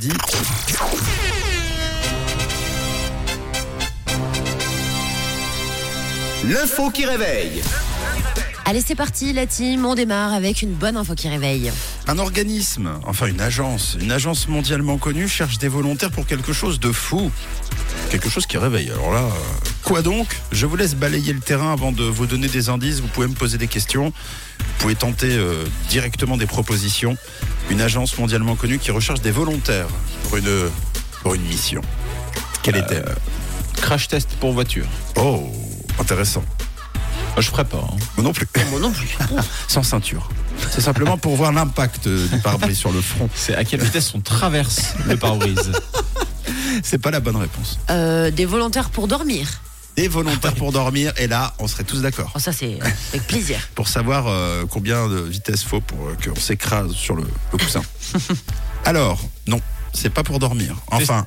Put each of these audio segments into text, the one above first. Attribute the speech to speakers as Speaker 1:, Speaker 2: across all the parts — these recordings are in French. Speaker 1: Dit. L'info qui réveille.
Speaker 2: Allez, c'est parti, la team. On démarre avec une bonne info qui réveille.
Speaker 1: Un organisme, enfin une agence, une agence mondialement connue cherche des volontaires pour quelque chose de fou. Quelque chose qui réveille. Alors là, euh, quoi donc Je vous laisse balayer le terrain avant de vous donner des indices. Vous pouvez me poser des questions. Vous pouvez tenter euh, directement des propositions. Une agence mondialement connue qui recherche des volontaires pour une, pour une mission. Quelle est-elle
Speaker 3: Crash test pour voiture.
Speaker 1: Oh, intéressant.
Speaker 3: Je ferai pas. hein.
Speaker 1: Moi non plus.
Speaker 2: Bon, non plus.
Speaker 1: sans ceinture. C'est simplement pour voir l'impact euh, du pare-brise sur le front.
Speaker 3: C'est à quelle vitesse on traverse le pare-brise.
Speaker 1: C'est pas la bonne réponse.
Speaker 2: Euh, des volontaires pour dormir.
Speaker 1: Des volontaires pour dormir, et là, on serait tous d'accord.
Speaker 2: Oh, ça, c'est avec plaisir.
Speaker 1: Pour savoir euh, combien de vitesse faut pour euh, qu'on s'écrase sur le, le coussin. Alors, non, c'est pas pour dormir. Enfin,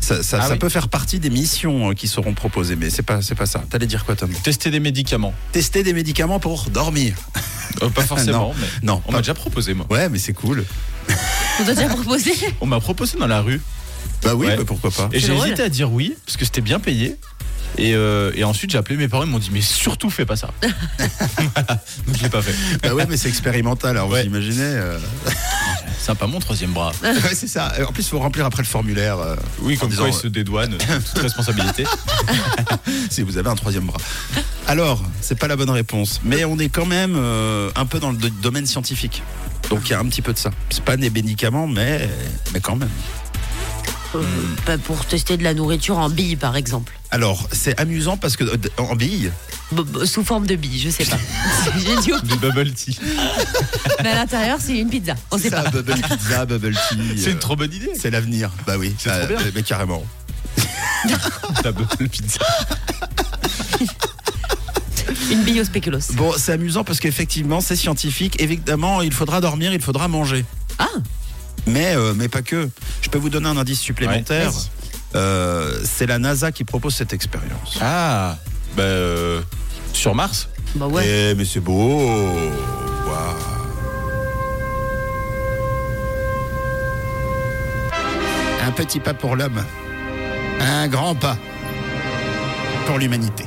Speaker 1: ça, ça-
Speaker 3: Ah
Speaker 1: ça
Speaker 3: oui.
Speaker 1: peut faire partie des missions euh, qui seront proposées, mais c'est pas, c'est pas ça. T'allais dire quoi, Tom
Speaker 3: Tester des médicaments.
Speaker 1: Tester des médicaments pour dormir.
Speaker 3: Euh, pas forcément,
Speaker 1: Non.
Speaker 3: mais
Speaker 1: Non,
Speaker 3: on
Speaker 1: pas-
Speaker 3: m'a déjà proposé, moi.
Speaker 1: Ouais, mais c'est cool.
Speaker 2: On t'a déjà proposé
Speaker 3: On m'a proposé dans la rue.
Speaker 1: Bah oui,
Speaker 3: Ouais.
Speaker 1: bah pourquoi pas.
Speaker 3: Et
Speaker 2: C'est
Speaker 3: j'ai
Speaker 2: drôle.
Speaker 3: hésité à dire oui, parce que c'était bien payé. Et, euh, et ensuite, j'ai appelé mes parents, ils m'ont dit, mais surtout fais pas ça. Voilà. Donc je l'ai pas fait.
Speaker 1: Bah ouais, mais c'est expérimental, alors
Speaker 3: Ouais.
Speaker 1: vous imaginez. euh,
Speaker 3: C'est pas mon troisième bras.
Speaker 1: Ouais, c'est ça. En plus, il faut remplir après le formulaire. euh,
Speaker 3: Oui,
Speaker 1: en
Speaker 3: comme
Speaker 1: disant,
Speaker 3: quoi ils se dédouanent, euh, toute responsabilité.
Speaker 1: euh, si vous avez un troisième bras. Alors, c'est pas la bonne réponse, mais on est quand même euh, un peu dans le do- domaine scientifique. Donc il y a un petit peu de ça. C'est pas des médicaments, mais mais quand même.
Speaker 2: Euh, Pas pour tester de la nourriture en billes, par exemple.
Speaker 1: Alors, c'est amusant parce que euh, d- en bille,
Speaker 2: B- b- sous forme de billes, je sais pas. J'ai dit,
Speaker 3: Des bubble tea.
Speaker 2: mais à l'intérieur, c'est une pizza. On sait
Speaker 1: c'est
Speaker 2: pas.
Speaker 1: ça, bubble pizza, bubble tea.
Speaker 3: C'est
Speaker 1: euh,
Speaker 3: une trop bonne idée.
Speaker 1: c'est l'avenir. Bah oui,
Speaker 3: C'est trop bien.
Speaker 1: mais carrément.
Speaker 3: La bubble pizza.
Speaker 2: Une bille au spéculoos.
Speaker 1: Bon, c'est amusant parce qu'effectivement, c'est scientifique. Évidemment, il faudra dormir, il faudra manger.
Speaker 2: Ah
Speaker 1: Mais, euh, mais pas que. Je peux vous donner un indice supplémentaire.
Speaker 2: Ouais, vas-y.
Speaker 1: Euh, c'est la NASA qui propose cette expérience.
Speaker 3: Ah, bah, euh, sur Mars
Speaker 2: Bah ouais.
Speaker 1: Eh, mais c'est beau Waouh. Un petit pas pour l'homme. Un grand pas pour l'humanité.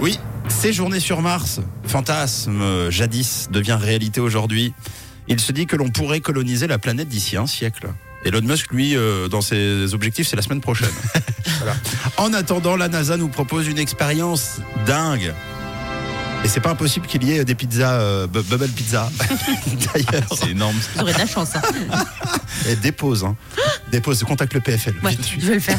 Speaker 1: Oui, ces journées sur Mars, fantasme euh, jadis, devient réalité aujourd'hui. Il se dit que l'on pourrait coloniser la planète d'ici un siècle. Elon Musk, lui, euh, dans ses objectifs, c'est la semaine prochaine. Voilà. En attendant, la NASA nous propose une expérience dingue. Et c'est pas impossible qu'il y ait des pizzas, euh, bu- bubble pizza, d'ailleurs.
Speaker 3: C'est énorme.
Speaker 2: J'aurais de la chance. hein.
Speaker 1: Et dépose, hein. Dépose, contacte le PFL.
Speaker 2: Ouais,
Speaker 1: Vite.
Speaker 2: je vais le faire.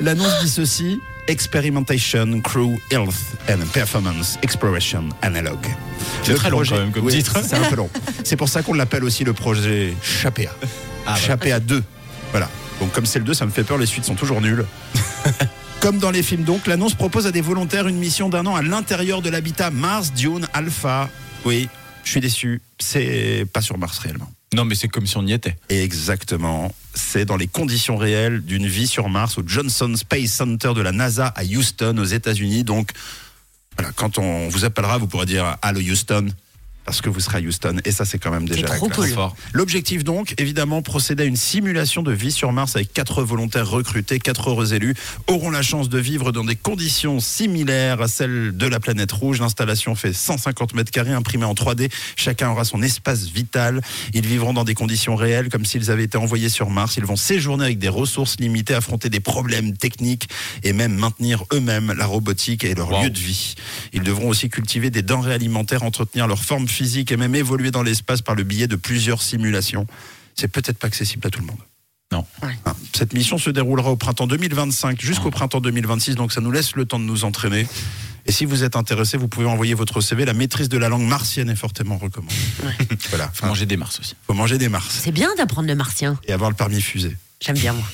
Speaker 1: L'annonce dit ceci Experimentation, Crew, Health and Performance Exploration Analogue.
Speaker 3: C'est
Speaker 1: Le
Speaker 3: très long
Speaker 1: projet-
Speaker 3: quand même comme
Speaker 1: Oui,
Speaker 3: titre.
Speaker 1: C'est un peu long. C'est pour ça qu'on l'appelle aussi le projet Chapéa.
Speaker 3: Ah, bah.
Speaker 1: Chapéa 2. Voilà. Donc comme c'est le 2, ça me fait peur, les suites sont toujours nulles. Comme dans les films donc, l'annonce propose à des volontaires une mission d'un an à l'intérieur de l'habitat Mars Dune Alpha. Oui, je suis déçu, c'est pas sur Mars réellement.
Speaker 3: Non, mais c'est comme si on y était.
Speaker 1: Exactement. C'est dans les conditions réelles d'une vie sur Mars au Johnson Space Center de la NASA à Houston, aux États-Unis. Donc, voilà, quand on vous appellera, vous pourrez dire Allô Houston, parce que vous serez à Houston. Et ça, c'est quand même déjà la
Speaker 2: trop
Speaker 1: classe.
Speaker 2: cool.
Speaker 3: Fort.
Speaker 1: L'objectif donc, évidemment, procéder à une simulation de vie sur Mars avec quatre volontaires recrutés, quatre heureux élus auront la chance de vivre dans des conditions similaires à celles de la planète rouge. L'installation fait 150 mètres carrés imprimés en 3D. Chacun aura son espace vital. Ils vivront dans des conditions réelles comme s'ils avaient été envoyés sur Mars. Ils vont séjourner avec des ressources limitées, affronter des problèmes techniques et même maintenir eux-mêmes la robotique et leur
Speaker 3: Wow.
Speaker 1: lieu de vie. Ils devront aussi cultiver des denrées alimentaires, entretenir leur forme physique et même évoluer dans l'espace par le biais de plusieurs simulations. C'est peut-être pas accessible à tout le monde.
Speaker 3: Non.
Speaker 2: Ouais.
Speaker 1: Hein. Cette mission se déroulera au printemps 2025 jusqu'au printemps 2026, donc ça nous laisse le temps de nous entraîner. Et si vous êtes intéressé, vous pouvez envoyer votre CV. La maîtrise de la langue martienne est fortement recommandée. voilà,
Speaker 3: Faut manger des Mars aussi.
Speaker 1: faut manger des Mars
Speaker 2: C'est bien d'apprendre le martien.
Speaker 1: et avoir le permis fusée.
Speaker 2: J'aime bien, moi.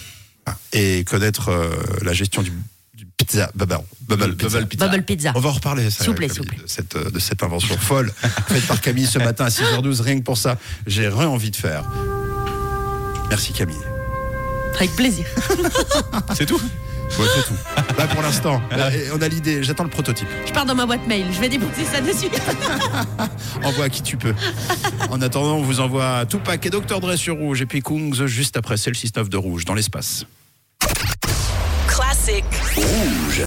Speaker 1: Ah, Et connaître euh, la gestion du, du pizza, bubble, bubble pizza.
Speaker 3: Bubble pizza.
Speaker 2: Bubble pizza.
Speaker 1: On va en reparler, ça,
Speaker 2: S'il vous plaît,
Speaker 1: Camille,
Speaker 2: s'il vous plaît.
Speaker 1: De, cette, euh, de cette invention folle faite par Camille ce matin à 6h12. Rien que pour ça, j'ai re envie de faire. Merci Camille.
Speaker 2: Avec plaisir.
Speaker 3: C'est tout
Speaker 1: Ouais, c'est tout. Là, Bah, pour l'instant, là, on a l'idée. J'attends le prototype.
Speaker 2: Je pars dans ma boîte mail, je vais déposer ça de suite.
Speaker 1: Envoie à qui tu peux. En attendant, on vous envoie Tupac et Docteur Dre sur Rouge et puis Kungs juste après. C'est le 6-9 de Rouge dans l'espace.
Speaker 4: Classic.